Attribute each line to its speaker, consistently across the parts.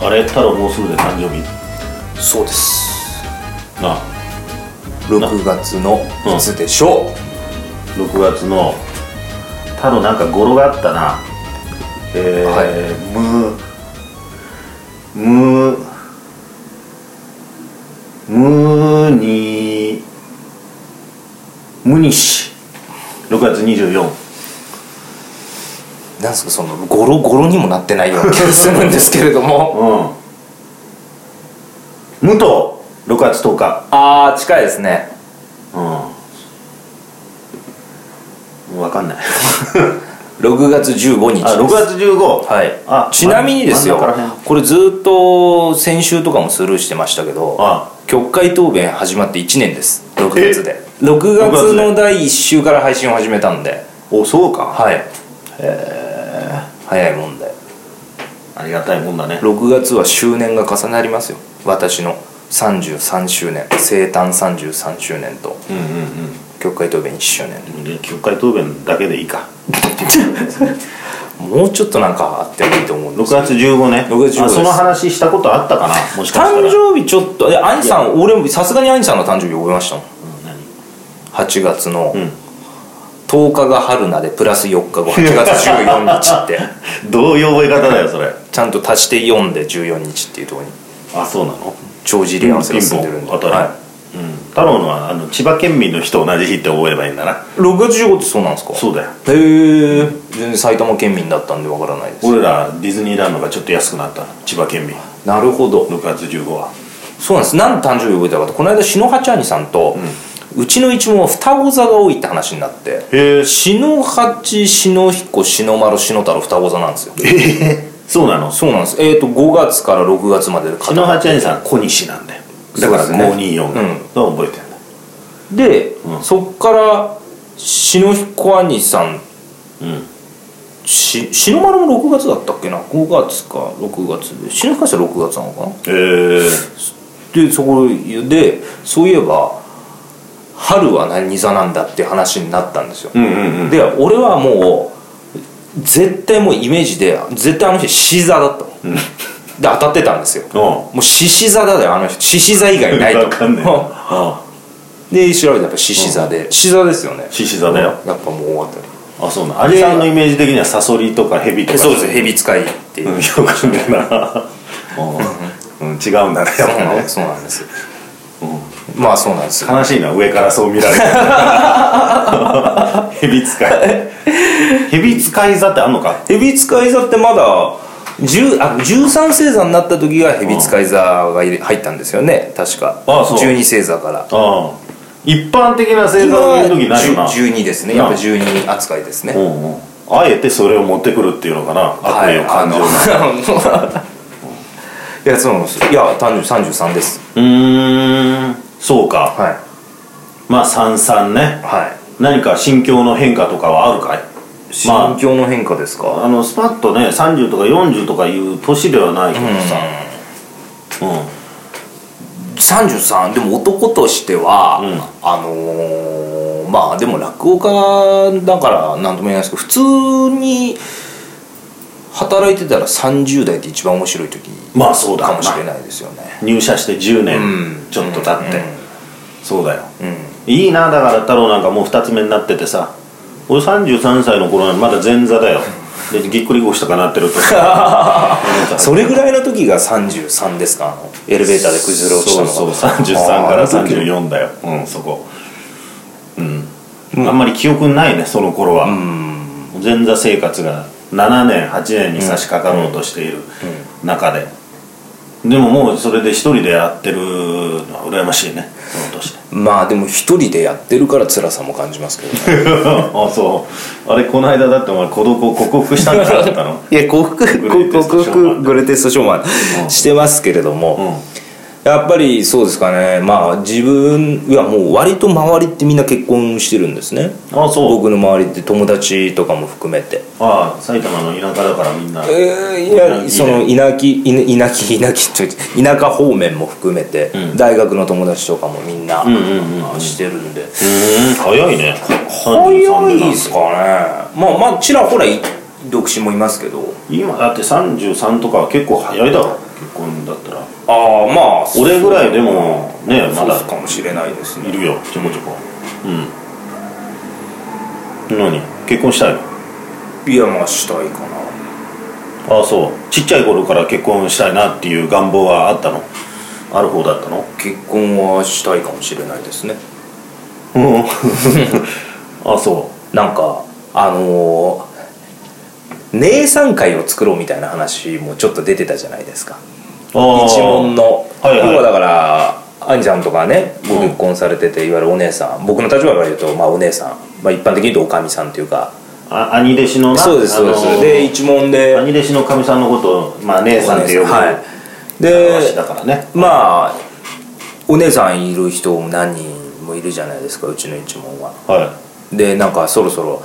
Speaker 1: あれ太郎もうすぐで誕生日
Speaker 2: そうです
Speaker 1: な
Speaker 2: 6月のいつでしょ
Speaker 1: 6月の太郎なんか語呂があったなえー
Speaker 2: はい
Speaker 1: むむむにむにし6月24
Speaker 2: う、なんですかそのゴロゴロにもなってないような気がするんですけれども
Speaker 1: うんむと6月10日
Speaker 2: ああ近いですね
Speaker 1: うん分か んない
Speaker 2: 6月15日です
Speaker 1: あ6月15
Speaker 2: はい
Speaker 1: あ
Speaker 2: ちなみにですよ
Speaker 1: 真ん中ら辺
Speaker 2: これずっと先週とかもスルーしてましたけど
Speaker 1: あ
Speaker 2: 曲会答弁始まって1年です6
Speaker 1: え
Speaker 2: 月で6月の第1週から配信を始めたんで
Speaker 1: おそうか
Speaker 2: はい早いもんで
Speaker 1: ありがたいもんだね
Speaker 2: 6月は周年が重なりますよ私の33周年生誕33周年と
Speaker 1: うんうん
Speaker 2: 曲会答弁1周年
Speaker 1: うんで曲回答弁だけでいいか
Speaker 2: もうちょっとなんかあってもいいと思うん
Speaker 1: 6
Speaker 2: ですよ
Speaker 1: 月15ね
Speaker 2: 6月15
Speaker 1: あその話したことあったかなもしかしたら
Speaker 2: 誕生日ちょっとえ兄さん俺もさすがに兄さんの誕生日覚えましたもん8月の
Speaker 1: ん
Speaker 2: 10日が春菜でプラス4日後8月14 日って
Speaker 1: 何どういう覚え方だよそれ
Speaker 2: ちゃんと足して4で14日っていうところに
Speaker 1: あそうなの
Speaker 2: 帳尻合わせが進んでるんで、
Speaker 1: ピンポン当たる
Speaker 2: は、
Speaker 1: うん太郎のはあの千葉県民の人同じ日って覚えればいいんだない
Speaker 2: 6月15ってそうなんですか
Speaker 1: そうだよ
Speaker 2: へえ全然埼玉県民だったんでわからないです
Speaker 1: 俺らディズニーランドがちょっと安くなったの千葉県民
Speaker 2: なるほど
Speaker 1: 6月15は
Speaker 2: そうなんです何で誕生日覚えたかってこの間篠八兄さんと、うちの一門は双子座が多いって話になって
Speaker 1: へえ
Speaker 2: 篠八篠彦篠丸篠太郎双子座なんですよ
Speaker 1: そうなの
Speaker 2: そうなんですえっ、と5月から6月までで
Speaker 1: 篠八兄さん小西なんだよだから
Speaker 2: そうですね
Speaker 1: 524が、
Speaker 2: うん
Speaker 1: そう覚えてんだ
Speaker 2: で、
Speaker 1: うん
Speaker 2: そっから篠彦兄さん
Speaker 1: うん
Speaker 2: し篠丸も6月だったっけな5月か6月で篠彦兄さん6月なのかな
Speaker 1: ええ
Speaker 2: でそこでそういえば春は何座なんだっていう話になったんですよ、
Speaker 1: うんうんうん
Speaker 2: で俺はもう絶対もうイメージで絶対あの人獅子座だったの、で当たってたんですよ
Speaker 1: お
Speaker 2: もう獅子座だよあの人獅子座以外ないと
Speaker 1: わかん ねえ
Speaker 2: で調べたらやっぱ獅子座で獅子座ですよね
Speaker 1: 獅子座だよ
Speaker 2: やっぱもう大当たり
Speaker 1: あそうなのアリさんのイメージ的にはサソリとかヘビとか
Speaker 2: そうです蛇使いっていう、
Speaker 1: うんよくねえなうんうん違うんだねや
Speaker 2: そ
Speaker 1: っ
Speaker 2: う
Speaker 1: ぱ
Speaker 2: なん
Speaker 1: ね
Speaker 2: そうなんですよ、まあそうなんですよ
Speaker 1: 悲しいな上からそう見られて るヘビ使いヘビ使い座ってあんのか
Speaker 2: 蛇使い座ってまだ10あ13星座になった時が蛇使い座が入れ入ったんですよね確か
Speaker 1: あそう
Speaker 2: 12星座から
Speaker 1: ああ一般的な星座を見る時ないよな
Speaker 2: 今は10 12ですねやっぱ12扱いですね
Speaker 1: うんうんあえてそれを持ってくるっていうのかな悪意を感じる
Speaker 2: の いやそうなんですいや誕生日33です
Speaker 1: うーんそうか
Speaker 2: はい
Speaker 1: まあ三三ね
Speaker 2: はい
Speaker 1: 何か心境の変化とかはあるかいまあ
Speaker 2: 心境の変化ですか、
Speaker 1: あのスパッとね30とか40とかいう年ではないけどさうん、
Speaker 2: 33でも男としては、
Speaker 1: うん
Speaker 2: あのーまあでも落語家だから何とも言えないですけど普通に働いてたら30代って一番面白い時
Speaker 1: まあそうだ
Speaker 2: かもしれ
Speaker 1: い
Speaker 2: ないですよね
Speaker 1: 入社して10年
Speaker 2: うん
Speaker 1: ちょっと経って、
Speaker 2: うん
Speaker 1: そうだよ
Speaker 2: うん
Speaker 1: いいなだから太郎なんかもう2つ目になっててさ俺33歳の頃なんてまだ前座だ よでぎっくり腰とかなってると
Speaker 2: それぐらいの時が33ですかあのエレベーターで崩れ落ちたのが
Speaker 1: そうそう33から
Speaker 2: あの時
Speaker 1: 34だようんそこうんあんまり記憶ないねその頃は前座生活が7年8年に差し掛かろうとしている中ででももうそれで一人でやってるのは羨ましいねその年で
Speaker 2: まあでも一人でやってるから辛さも感じますけどね
Speaker 1: あそうあれこの間だってお前孤独を克服したんじゃなかったの
Speaker 2: いや克服
Speaker 1: グレイテストショーマン
Speaker 2: グレテストショーマンしてますけれども、
Speaker 1: うん
Speaker 2: やっぱりそうですかねまあ自分いやもう割と周りってみんな結婚してるんですね
Speaker 1: あそう
Speaker 2: 僕の周りって友達とかも含めて
Speaker 1: ああ埼玉の田舎だからみんなうん
Speaker 2: えーいやその田き田き田きって田舎方面も含めて、
Speaker 1: うん
Speaker 2: 大学の友達とかもみんな、
Speaker 1: うんうんうん
Speaker 2: あしてるんで
Speaker 1: 早いね
Speaker 2: 早
Speaker 1: 33
Speaker 2: い
Speaker 1: で
Speaker 2: ですかねまあまあちらほらい独身もいますけど
Speaker 1: 今だって33とかは結構早いだろ結婚だったら
Speaker 2: ああまあ
Speaker 1: 俺ぐらいでもねま
Speaker 2: ま
Speaker 1: だ
Speaker 2: だかもしれないですね
Speaker 1: いるよちょこちょこうん何結婚したいの
Speaker 2: いやまあしたいかな
Speaker 1: ああそうちっちゃい頃から結婚したいなっていう願望はあったのある方だったの
Speaker 2: 結婚はしたいかもしれないですね
Speaker 1: うん ああそ
Speaker 2: なんかあのー姉さん会を作ろうみたいな話もちょっと出てたじゃないですか
Speaker 1: うああ
Speaker 2: 一門の、
Speaker 1: はいはい
Speaker 2: 要だから兄さんとかねご結婚されてて、いわゆるお姉さん僕の立場から言うと、まあ、お姉さん、まあ、一般的に言うとおかみさんというか
Speaker 1: あ兄弟子のな
Speaker 2: そうですそうです、
Speaker 1: あのー
Speaker 2: で一門で
Speaker 1: 兄弟子のかみさんのことを、まあ、姉さんって呼ぶ
Speaker 2: はい
Speaker 1: 話
Speaker 2: で
Speaker 1: だからね
Speaker 2: まあお姉さんいる人も何人もいるじゃないですかうちの一門は
Speaker 1: は
Speaker 2: でなんかそろそろ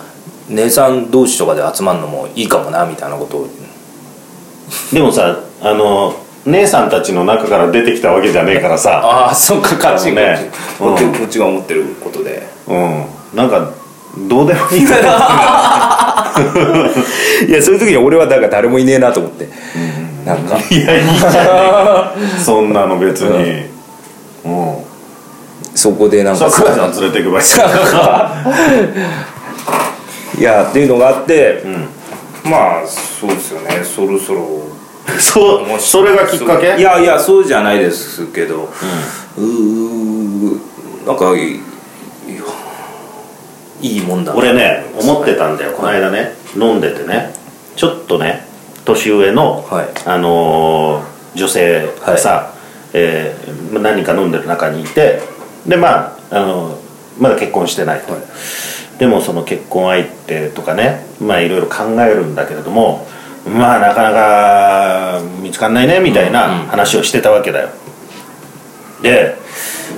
Speaker 2: 姉さん同士とかで集まるのもいいかもなみたいなことを
Speaker 1: いでもさあの姉さんたちの中から出てきたわけじゃねえからさ
Speaker 2: ああそっかかっち
Speaker 1: ね
Speaker 2: こっちこっちが思ってること で
Speaker 1: うんなんかどうでもいいから
Speaker 2: いやそういう時に俺はだから誰もいねえなと思ってなんか
Speaker 1: いやいいじゃねえかそんなの別にうん
Speaker 2: そこでなん
Speaker 1: さ
Speaker 2: か
Speaker 1: くらちゃん連れてくばいい
Speaker 2: いやっていうのがあって
Speaker 1: ん
Speaker 2: まあそうですよねそろそろ
Speaker 1: そうそれがきっかけ
Speaker 2: いやいやそうじゃないですけどうーなんかいいいやいいもんだ
Speaker 1: 俺ね思ってたんだよこの間ね飲んでてねちょっとね年上の、
Speaker 2: はい
Speaker 1: あのー女性がさ、えーまあ何人か飲んでる中にいてでまあ、あのーまだ結婚してないと、
Speaker 2: はい
Speaker 1: でもその結婚相手とかねまあいろいろ考えるんだけれどもまあなかなか見つかんないねみたいな話をしてたわけだよ、で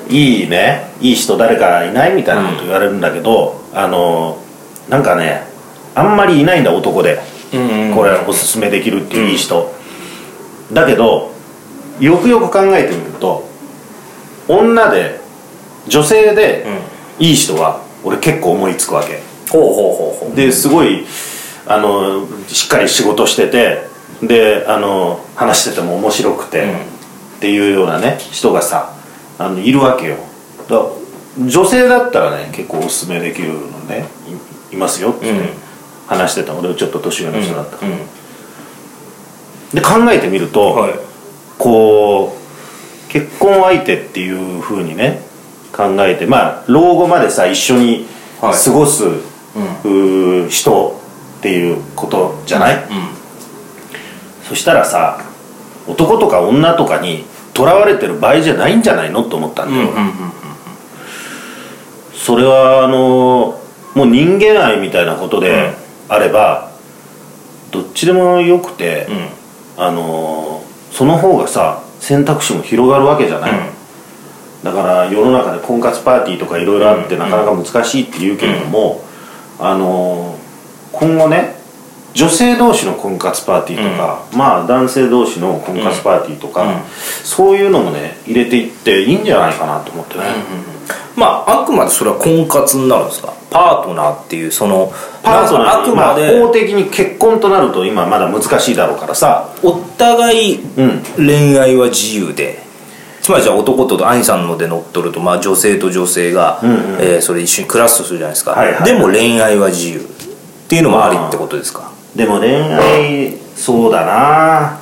Speaker 1: いいねいい人誰かいないみたいなこと言われるんだけど、あのなんかねあんまりいないんだ男で
Speaker 2: うんうん
Speaker 1: これおすすめできるっていういい人、だけどよくよく考えてみると女で女性でいい人は俺結構思いつくわけ
Speaker 2: ほうほうほうほう
Speaker 1: ですごいあのしっかり仕事しててであの話してても面白くて、
Speaker 2: うん
Speaker 1: っていうようなね人がさあのいるわけよだから女性だったらね結構おすすめできるのねいいますよって
Speaker 2: うん
Speaker 1: 話してた、俺もちょっと年上の人だったから、
Speaker 2: うん
Speaker 1: で考えてみると、
Speaker 2: はい
Speaker 1: こう結婚相手っていうふうにね考えてまあ老後までさ一緒に過
Speaker 2: はい
Speaker 1: ごす、うー人っていうことじゃない、そしたらさ男とか女とかにとらわれてる場合じゃないんじゃないのと思ったんだよ、それはあのもう人間愛みたいなことであれば、どっちでもよくて、
Speaker 2: うん
Speaker 1: あのその方がさ選択肢も広がるわけじゃない、
Speaker 2: うん
Speaker 1: だから世の中で婚活パーティーとかいろいろあってなかなか難しいって言うけれども、あの今後ね女性同士の婚活パーティーとか、まあ男性同士の婚活パーティーとか、
Speaker 2: うん
Speaker 1: そういうのもね入れていっていいんじゃないかなと思ってね、
Speaker 2: まああくまでそれは婚活になるんですかパートナーっていうその
Speaker 1: パートナー
Speaker 2: あくま
Speaker 1: まあ、法
Speaker 2: で
Speaker 1: 的に結婚となると今まだ難しいだろうからさ
Speaker 2: お互い
Speaker 1: うん
Speaker 2: 恋愛は自由でつまりじゃあ男と兄さんので乗っ取ると、まあ、女性と女性が、えーそれ一緒に暮らすとするじゃないですか、
Speaker 1: はいはい
Speaker 2: でも恋愛は自由っていうのもありってことですか
Speaker 1: でも恋愛そうだな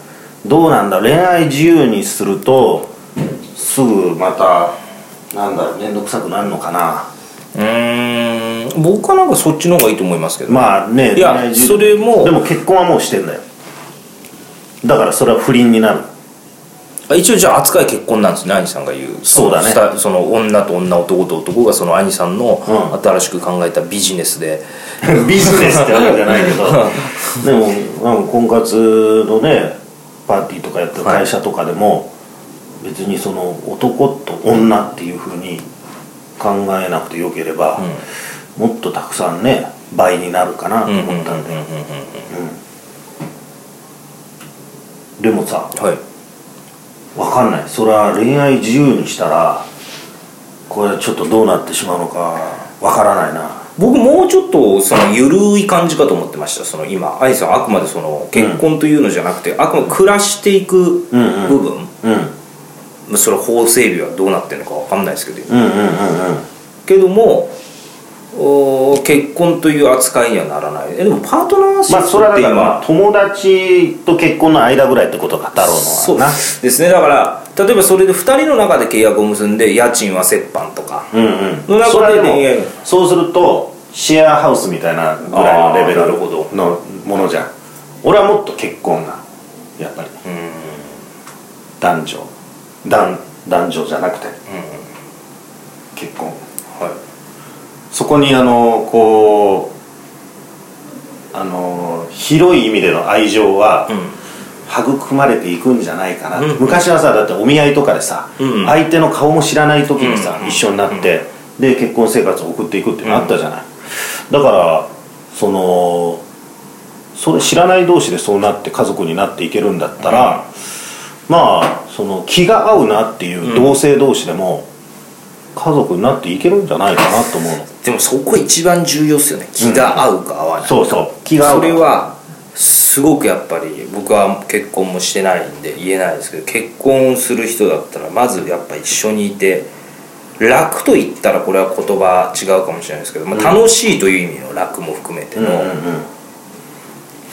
Speaker 1: どうなんだ恋愛自由にするとすぐまたなんだろう面倒くさくなるのかな
Speaker 2: うーん僕はなんかそっちの方がいいと思いますけど、
Speaker 1: まあね
Speaker 2: い
Speaker 1: 恋愛
Speaker 2: や
Speaker 1: 自由
Speaker 2: それも
Speaker 1: でも結婚はもうしてんだよだからそれは不倫になる
Speaker 2: あ一応じゃあ扱い結婚なんですね兄さんが言う
Speaker 1: そうだね
Speaker 2: スタその女と女男と男がその兄さんの
Speaker 1: う
Speaker 2: 新しく考えたビジネスで、
Speaker 1: ビジネスってわけじゃないけどでもなんか婚活のねパーティーとかやってる会社とかでも、別にその男と女っていうふうに考えなくてよければ、もっとたくさんね倍になるかなと思ったんで、でもさ
Speaker 2: はい
Speaker 1: わかんないそれは恋愛自由にしたらこれちょっとどうなってしまうのかわからないな
Speaker 2: 僕もうちょっとその緩い感じかと思ってましたその今愛さんあくまでその結婚というのじゃなくて、あくまで暮らしていく
Speaker 1: う
Speaker 2: 部
Speaker 1: ん
Speaker 2: 分、
Speaker 1: うん
Speaker 2: まあそれ法整備はどうなってるのか分かんないですけど
Speaker 1: うんうんうん
Speaker 2: けどもおー結婚という扱いにはならないえでもパートナーシ
Speaker 1: ま
Speaker 2: ッ
Speaker 1: あ
Speaker 2: プ
Speaker 1: それは
Speaker 2: って
Speaker 1: だから
Speaker 2: 今、
Speaker 1: まあ友達と結婚の間ぐらいってことか太郎の
Speaker 2: そう
Speaker 1: はな
Speaker 2: ですねだから例えばそれで2人の中で契約を結んで家賃は折半とか
Speaker 1: うんうん
Speaker 2: の中で
Speaker 1: それはも
Speaker 2: 恋愛
Speaker 1: そうするとシェアハウスみたいなぐらいのレベ
Speaker 2: あーなる
Speaker 1: ル
Speaker 2: ほど
Speaker 1: のものじゃん俺はもっと結婚がやっぱり男女男男女じゃなくて結婚
Speaker 2: はい
Speaker 1: そこにあのこうあの広い意味での愛情は育まれていくんじゃないかな、
Speaker 2: うん
Speaker 1: 昔はさだってお見合いとかでさ、
Speaker 2: うん
Speaker 1: 相手の顔も知らない時にさ、
Speaker 2: うん
Speaker 1: 一緒になって、で結婚生活を送っていくっていうのあったじゃない、だからそのそれ知らない同士でそうなって家族になっていけるんだったら、まあその気が合うなっていう同性同士でも、家族になっていけるんじゃないかなと思うの
Speaker 2: でもそこ一番重要ですよね気が合うか合わない、
Speaker 1: そうそう気が合う
Speaker 2: それはすごくやっぱり僕は結婚もしてないんで言えないですけど結婚する人だったらまずやっぱ一緒にいて楽と言ったらこれは言葉違うかもしれないですけど、まあ、楽しいという意味の楽も含めて
Speaker 1: うん
Speaker 2: の、
Speaker 1: うんうん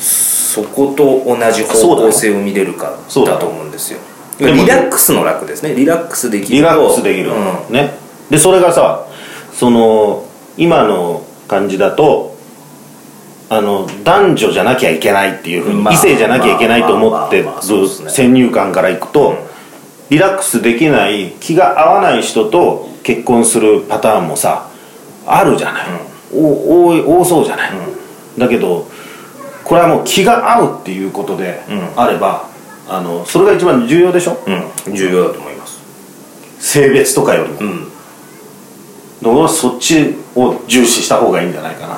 Speaker 2: そこと同じ方向性を見れるか
Speaker 1: そうだね
Speaker 2: だと思うんですよ
Speaker 1: そうだね
Speaker 2: リラックスの楽ですねリラックスできると
Speaker 1: リラックスできる、
Speaker 2: うん
Speaker 1: ねでそれがさその今の感じだとあの男女じゃなきゃいけないっていうふうに、
Speaker 2: まあ
Speaker 1: 異性じゃなきゃいけないと思ってる
Speaker 2: まあまあまあまあそうですね
Speaker 1: 先入観からいくと、リラックスできない気が合わない人と結婚するパターンもさあるじゃない、お多い多そうじゃない、だけどこれはもう気が合うっていうことであれば、あのそれが一番重要でしょ、
Speaker 2: うん重要だと思います
Speaker 1: 性別とかよりも、
Speaker 2: ん
Speaker 1: だからそっちを重視した方がいいんじゃないかな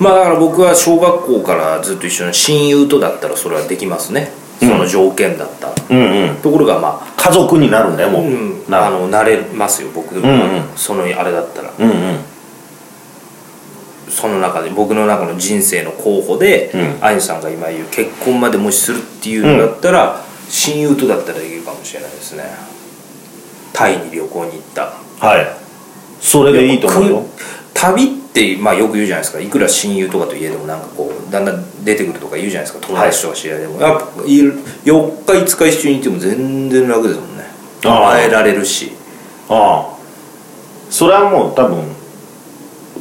Speaker 2: まあだから僕は小学校からずっと一緒の親友とだったらそれはできますねその条件だったら、
Speaker 1: うんうん
Speaker 2: ところがまあ、
Speaker 1: 家族になるんだよもう、
Speaker 2: うん、
Speaker 1: な
Speaker 2: あの慣れますよ僕、
Speaker 1: んうん
Speaker 2: そのあれだったら
Speaker 1: うんうん
Speaker 2: その中で僕の中の人生の候補で、
Speaker 1: うん
Speaker 2: アインさんが今言う結婚までもしするっていうのだったら、親友とだったらできるかもしれないですねタイに旅行に行った
Speaker 1: はいそれでいいと思うよ
Speaker 2: く旅って、まあ、よく言うじゃないですかいくら親友とかといえどもなんかこうだんだん出てくるとか言うじゃないですか友達とか知り合いでも、やっぱいる4日5日一緒にいても全然楽ですもんね
Speaker 1: ああ
Speaker 2: 会えられるし
Speaker 1: ああそれはもう多分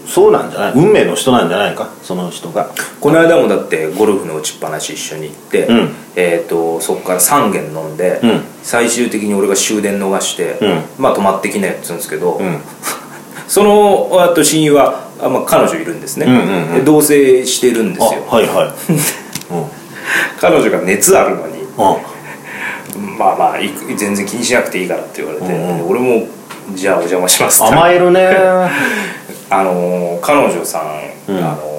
Speaker 1: そうなんじゃない運命の人なんじゃないかその人が
Speaker 2: この間もだってゴルフの打ちっぱなし一緒に行って、
Speaker 1: うん
Speaker 2: えー、とそこから3軒飲んで、
Speaker 1: うん
Speaker 2: 最終的に俺が終電逃して、
Speaker 1: うん
Speaker 2: まあ泊まってきなよっつうんですけど、
Speaker 1: うん
Speaker 2: そのあと親友はあ、まあ、彼女いるんですね、
Speaker 1: うんうんうん
Speaker 2: で同棲してるんで
Speaker 1: あ
Speaker 2: すよ
Speaker 1: はいはい うん
Speaker 2: 彼女が熱あるのに
Speaker 1: あ
Speaker 2: まあまあいく全然気にしなくていいからって言われて、
Speaker 1: うん
Speaker 2: 俺もじゃあお邪魔しますって
Speaker 1: 甘えるね
Speaker 2: あのー彼女さん、
Speaker 1: うん
Speaker 2: あの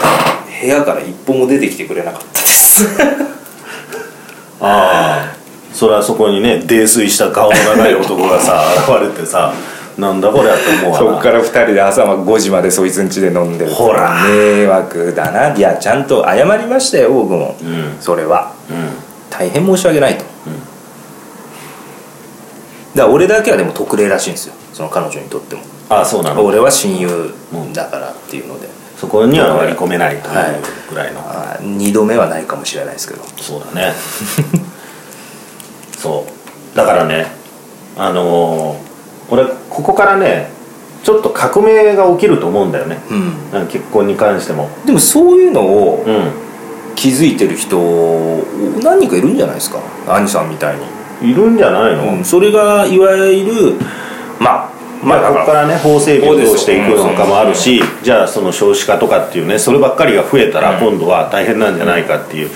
Speaker 2: ー部屋から一歩も出てきてくれなかったです
Speaker 1: ああそれはそこにね泥酔した顔の長い男がさ現れてさなんだこれやって思うわな
Speaker 2: そっから2人で朝ま5時までそいつん家で飲んでる
Speaker 1: ほら
Speaker 2: 迷惑だないやちゃんと謝りましたよ僕も、
Speaker 1: ん
Speaker 2: それは
Speaker 1: う
Speaker 2: 大変申し訳ないと、だから俺だけはでも特例らしいんですよその彼女にとっても
Speaker 1: ん、あそうなの
Speaker 2: 俺は親友だからっていうので、
Speaker 1: そこには割り込めないとい
Speaker 2: はいう
Speaker 1: ぐらいの、
Speaker 2: あ2度目はないかもしれないですけど
Speaker 1: そうだね そうだからねあのー俺ここからねちょっと革命が起きると思うんだよね、
Speaker 2: うん
Speaker 1: なんか結婚に関しても
Speaker 2: でもそういうのを
Speaker 1: うん
Speaker 2: 気づいてる人何人かいるんじゃないですか兄さんみたいに、
Speaker 1: いるんじゃないの、
Speaker 2: うん、それがいわゆるまあ
Speaker 1: まあ、ここからね法整備をどうしていくのかもあるし、じゃあその少子化とかっていうねそればっかりが増えたら今度は大変なんじゃないかっていう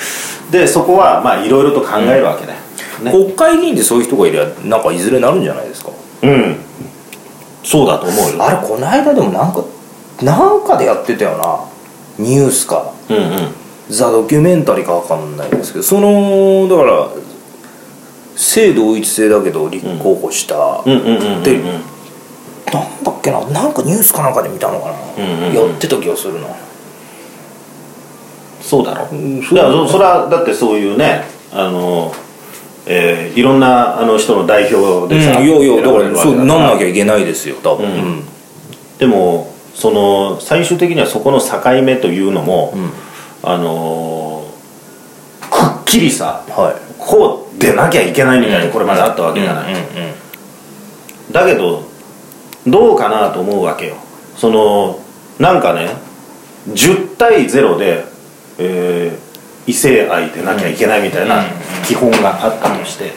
Speaker 1: でそこはまあいろいろと考えるわけだよ、ね
Speaker 2: 国会議員でそういう人がいりゃなんかいずれなるんじゃないですか
Speaker 1: うんそうだと思うよ
Speaker 2: あれこの間でもなんかなんかでやってたよなニュースか
Speaker 1: うんうん
Speaker 2: ザ・ドキュメンタリーかわかんないですけどそのだから性同一性だけど立候補した
Speaker 1: うんうんうんうんうん
Speaker 2: でなんだっけななんかニュースかなんかで見たのかな、
Speaker 1: うんうんうん
Speaker 2: 寄ってた気がするな
Speaker 1: そうだろう
Speaker 2: うん
Speaker 1: だからそそれはだってそういうねあの、えーいろんなあの人の代表でさ、
Speaker 2: うん、いやいやだか
Speaker 1: 選ばれる
Speaker 2: ら
Speaker 1: わ
Speaker 2: そ
Speaker 1: け
Speaker 2: う
Speaker 1: だ
Speaker 2: な
Speaker 1: から
Speaker 2: んなきゃいけないですよ多分、
Speaker 1: うん
Speaker 2: うん
Speaker 1: でもその最終的にはそこの境目というのも、
Speaker 2: ん
Speaker 1: あのーくっきりさ
Speaker 2: はい
Speaker 1: こう出なきゃいけないみたいにこれまであったわけじゃない、
Speaker 2: うんうんうん
Speaker 1: だけどどうかなと思うわけよそのなんかね10対0で、えー異性愛でなきゃいけないみたいな基本があったとして、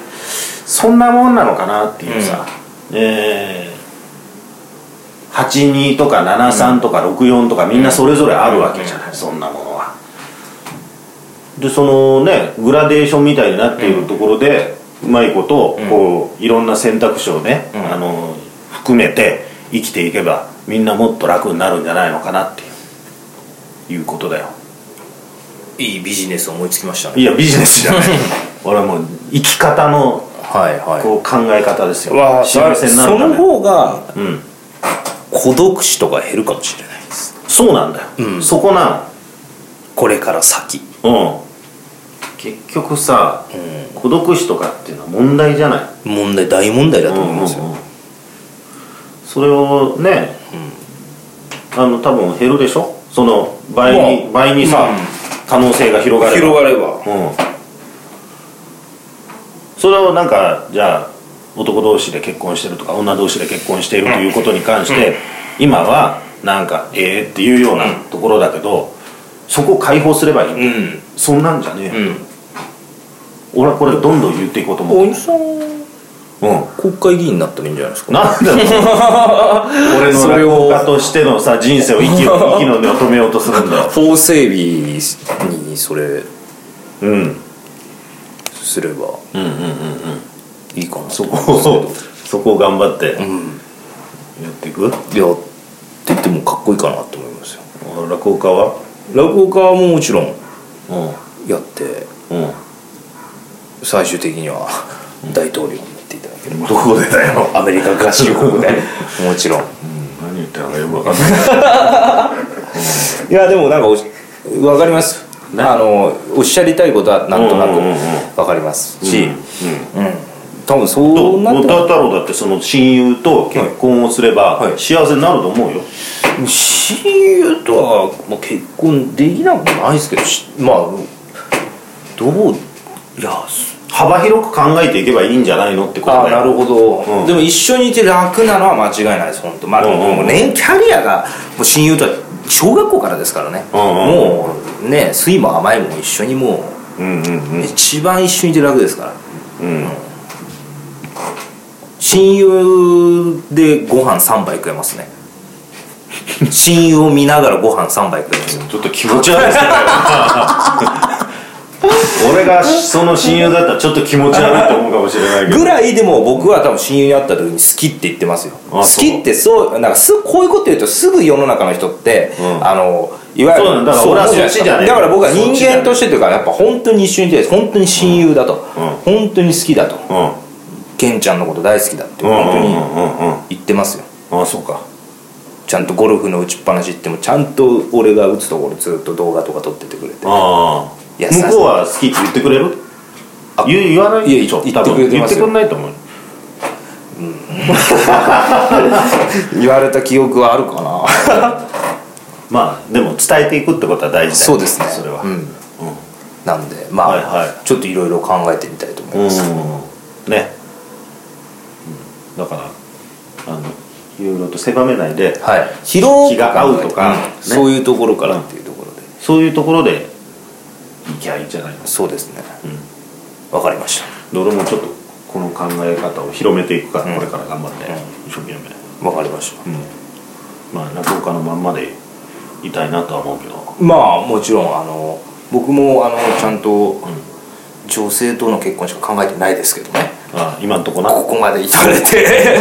Speaker 1: そんなもんなのかなっていうさ、えー82とか73とか64とかみんなそれぞれあるわけじゃない、そんなものは。でそのねグラデーションみたいになっているところで、うまいことこういろんな選択肢をね、
Speaker 2: ん
Speaker 1: あの含めて生きていけばみんなもっと楽になるんじゃないのかなっていういうことだよ
Speaker 2: いいビジネス思いつきましたね
Speaker 1: いやビジネスじゃない 俺はもう生き方の
Speaker 2: はいは
Speaker 1: こう考え方ですよ
Speaker 2: わあ
Speaker 1: 幸せになる
Speaker 2: そ
Speaker 1: た
Speaker 2: の
Speaker 1: め
Speaker 2: 方が
Speaker 1: うん、
Speaker 2: 孤独死とか減るかもしれないです
Speaker 1: そうなんだよ、
Speaker 2: うん
Speaker 1: そこな
Speaker 2: これから先
Speaker 1: のうん結局さ、孤独死とかっていうのは問題じゃない
Speaker 2: 問題大問題だと思いますよ、
Speaker 1: うんうんうんそれをね、あの多分減るでしょその倍に、
Speaker 2: まあ
Speaker 1: 倍にさ、
Speaker 2: うん
Speaker 1: 可能性が広がれば
Speaker 2: がれば
Speaker 1: うん、それをなんかじゃあ男同士で結婚してるとか女同士で結婚しているということに関して、今はなんかええっていうようなところだけど、そこを解放すればいい、
Speaker 2: うん
Speaker 1: そんなんじゃねえ、
Speaker 2: うん
Speaker 1: 俺はこれどんどん言っていこうと思う、
Speaker 2: おじさん
Speaker 1: うん、
Speaker 2: 国会議員になったらいいんじゃないですか
Speaker 1: なん だろう俺の
Speaker 2: それ
Speaker 1: 落
Speaker 2: を
Speaker 1: 語家としてのさ人生を息 を息の根を止めようとするんだよ
Speaker 2: 法整備にそれ
Speaker 1: うんうん
Speaker 2: すれば
Speaker 1: うんうん
Speaker 2: いいかな
Speaker 1: そこをそこを頑張ってやっていく、
Speaker 2: いやって言ってもかっこいいかなと思いますよ
Speaker 1: 落語家は
Speaker 2: 落語家はももちろん
Speaker 1: う
Speaker 2: やって
Speaker 1: んうん
Speaker 2: 最終的には 大統領になっていただける
Speaker 1: どこでだよ
Speaker 2: アメリカ合衆国でもちろん
Speaker 1: 何言ってるのかよくわかんない
Speaker 2: いやでもなんかおしわかります
Speaker 1: ね
Speaker 2: あのおっしゃりたいことはなんとな
Speaker 1: うんうんうん
Speaker 2: くわかりますし、
Speaker 1: う
Speaker 2: うん
Speaker 1: ん
Speaker 2: 多分そうな
Speaker 1: 太
Speaker 2: っても
Speaker 1: 太郎だってその親友と結婚をすれば
Speaker 2: はい
Speaker 1: 幸せになると思うよ、
Speaker 2: 親友とは、まあ、結婚できなくもないですけどしまあどういやす
Speaker 1: 幅広く考えていけばいいんじゃないのってこと
Speaker 2: あ
Speaker 1: だ
Speaker 2: あな
Speaker 1: よ
Speaker 2: るほど、
Speaker 1: うん
Speaker 2: でも一緒にいて楽なのは間違いないです本当まあ、
Speaker 1: うんうんうん
Speaker 2: もうねキャリアがもう親友とは小学校からですからね、
Speaker 1: うん
Speaker 2: もうね酸いも甘いも一緒にも
Speaker 1: うんうん
Speaker 2: う、
Speaker 1: うん
Speaker 2: 一番一緒にいて楽ですから
Speaker 1: うん
Speaker 2: 親友でご飯3杯食 えますね親友を見ながらご飯3杯食えますよ
Speaker 1: ちょっと気持ち悪いですね 俺がその親友だったらちょっと気持ち悪いと思うかもしれないけど
Speaker 2: ぐらいでも僕は多分親友に会った時に好きって言ってますよ
Speaker 1: あ
Speaker 2: 好きってそうなんかすこういうこと言うとすぐ世の中の人って、
Speaker 1: うん
Speaker 2: あのいわゆる
Speaker 1: そうなんだだから俺は
Speaker 2: 思う
Speaker 1: そっちじゃねえ
Speaker 2: だから僕は人
Speaker 1: そっちじゃね
Speaker 2: 間
Speaker 1: え
Speaker 2: としてというかやっぱ本当に一緒にいて本当に親友だと、
Speaker 1: うんうん
Speaker 2: 本当に好きだとケンちゃんのこと大好きだって
Speaker 1: うんうんう
Speaker 2: 本
Speaker 1: んう
Speaker 2: 当
Speaker 1: ん
Speaker 2: に
Speaker 1: うんうん
Speaker 2: 言ってますよ
Speaker 1: ああそうか
Speaker 2: ちゃんとゴルフの打ちっぱなし行ってもちゃんと俺が打つところずっと動画とか撮っててくれて
Speaker 1: ああ
Speaker 2: いや
Speaker 1: 向こうは好きって言ってくれる言う言わない
Speaker 2: いや
Speaker 1: でしょ
Speaker 2: 言ってくれ
Speaker 1: 多
Speaker 2: て
Speaker 1: 分言
Speaker 2: ま
Speaker 1: っ
Speaker 2: す
Speaker 1: て
Speaker 2: よ
Speaker 1: くんないと思う
Speaker 2: 言われた記憶はあるかな
Speaker 1: まあでも伝えていくってことは大事だよね
Speaker 2: そうですね
Speaker 1: それは
Speaker 2: うんなんでまあ、
Speaker 1: はいは
Speaker 2: ちょっといろいろ考えてみたいと思います、
Speaker 1: うんねうんだからあのいろいろと狭めないで
Speaker 2: はい、広
Speaker 1: 気が合うとか
Speaker 2: ん
Speaker 1: ね
Speaker 2: そういうところからっていうところで、
Speaker 1: そういうところでいきゃいいんじゃないの
Speaker 2: そうですねわ、かりました
Speaker 1: で俺もちょっとこの考え方を広めていくから、
Speaker 2: うん
Speaker 1: これから頑張って、一生懸命、
Speaker 2: わかりました
Speaker 1: まあ落語家のまんまでいたいなとは思うけど
Speaker 2: まあもちろんあの僕もあのちゃんと女性との結婚しか考えてないですけどね
Speaker 1: あ今んとこな
Speaker 2: ここまで至れて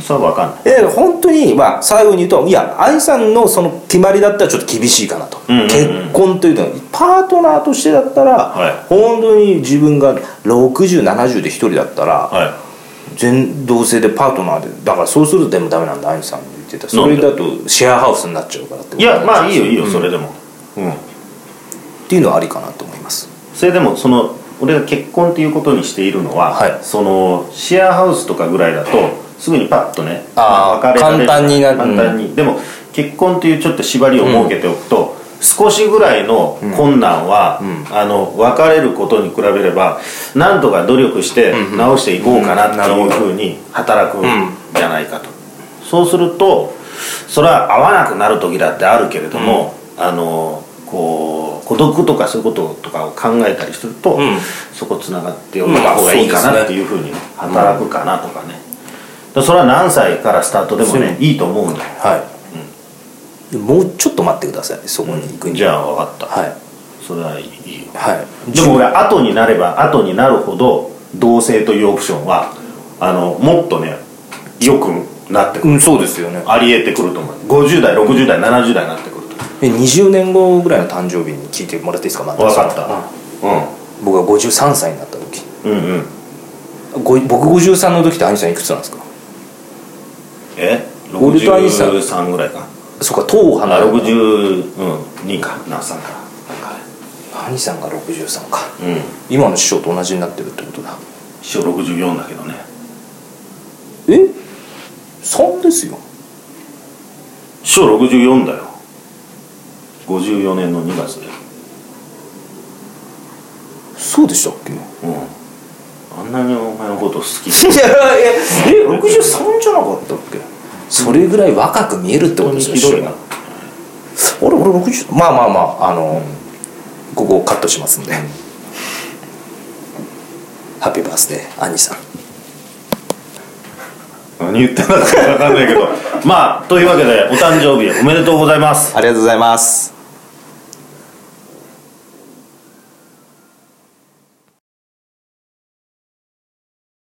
Speaker 1: それは分かんない
Speaker 2: え本当にまあ最後に言うといや愛さんのその決まりだったらちょっと厳しいかなと、
Speaker 1: うんうんうん
Speaker 2: 結婚というのはパートナーとしてだったら、
Speaker 1: はい
Speaker 2: 本当に自分が6070で一人だったら、
Speaker 1: は
Speaker 2: 全同性でパートナーでだからそうするとでもダメなんだアインさんも言ってたそれだとシェアハウスになっちゃうからってこと
Speaker 1: いやまあいいよいいよ、それでもうん
Speaker 2: っていうのはありかなと思います
Speaker 1: それでもその俺が結婚っていうことにしているのは、
Speaker 2: はい
Speaker 1: そのシェアハウスとかぐらいだとすぐにパッとね
Speaker 2: あー
Speaker 1: ま別れられる
Speaker 2: 簡単になる
Speaker 1: 簡単に、でも結婚っていうちょっと縛りを設けておくと、少しぐらいの困難は、あの別れることに比べればなんとか努力して直していこうかなっていうふうに働くんじゃないかと、そうするとそれは合わなくなる時だってあるけれども、あのこう孤独とかそういうこととかを考えたりすると、
Speaker 2: ん
Speaker 1: そこつながっておいた方がいいかなっていうふうに働くかなとかね、だからそれは何歳からスタートでもねいいと思うんだよ
Speaker 2: はい、もうちょっと待ってくださいそこに行くに
Speaker 1: じゃあ分かった、
Speaker 2: はい
Speaker 1: それはいいよ
Speaker 2: はい
Speaker 1: でも俺後になれば後になるほど同性というオプションはあのもっとねよくなってくる、
Speaker 2: うんそうですよね
Speaker 1: ありえてくると思う50代60代70代になってくると
Speaker 2: え20年後ぐらいの誕生日に聞いてもらっていいですかまた
Speaker 1: 分かった、うん
Speaker 2: 僕が53歳になった時
Speaker 1: うんうん
Speaker 2: ご僕53の時ってアニさんいくつなんですか
Speaker 1: え六
Speaker 2: 俺と兄さん
Speaker 1: 63ぐらいか
Speaker 2: そっか党を離
Speaker 1: あ
Speaker 2: れ
Speaker 1: 六
Speaker 2: る
Speaker 1: 62かな3か
Speaker 2: アニさんが63か
Speaker 1: うん
Speaker 2: 今の師匠と同じになってるってことだ
Speaker 1: 師匠64だけどね
Speaker 2: え3ですよ
Speaker 1: 師匠64だよ54年の2月で
Speaker 2: そうでしたっけい
Speaker 1: うんあんなにお前のこと好きで
Speaker 2: やいやえ63じゃなかったっけそれぐらい若く見えるってこと
Speaker 1: 本当
Speaker 2: で
Speaker 1: に
Speaker 2: すよ
Speaker 1: ひどいな
Speaker 2: 師匠俺俺60まあまあまああの、ここをカットしますんで、 ハッピーバースデー兄さん
Speaker 1: 何言 ってんだか分かんないけどまあというわけでお誕生日おめでとうございます
Speaker 2: ありがとうございます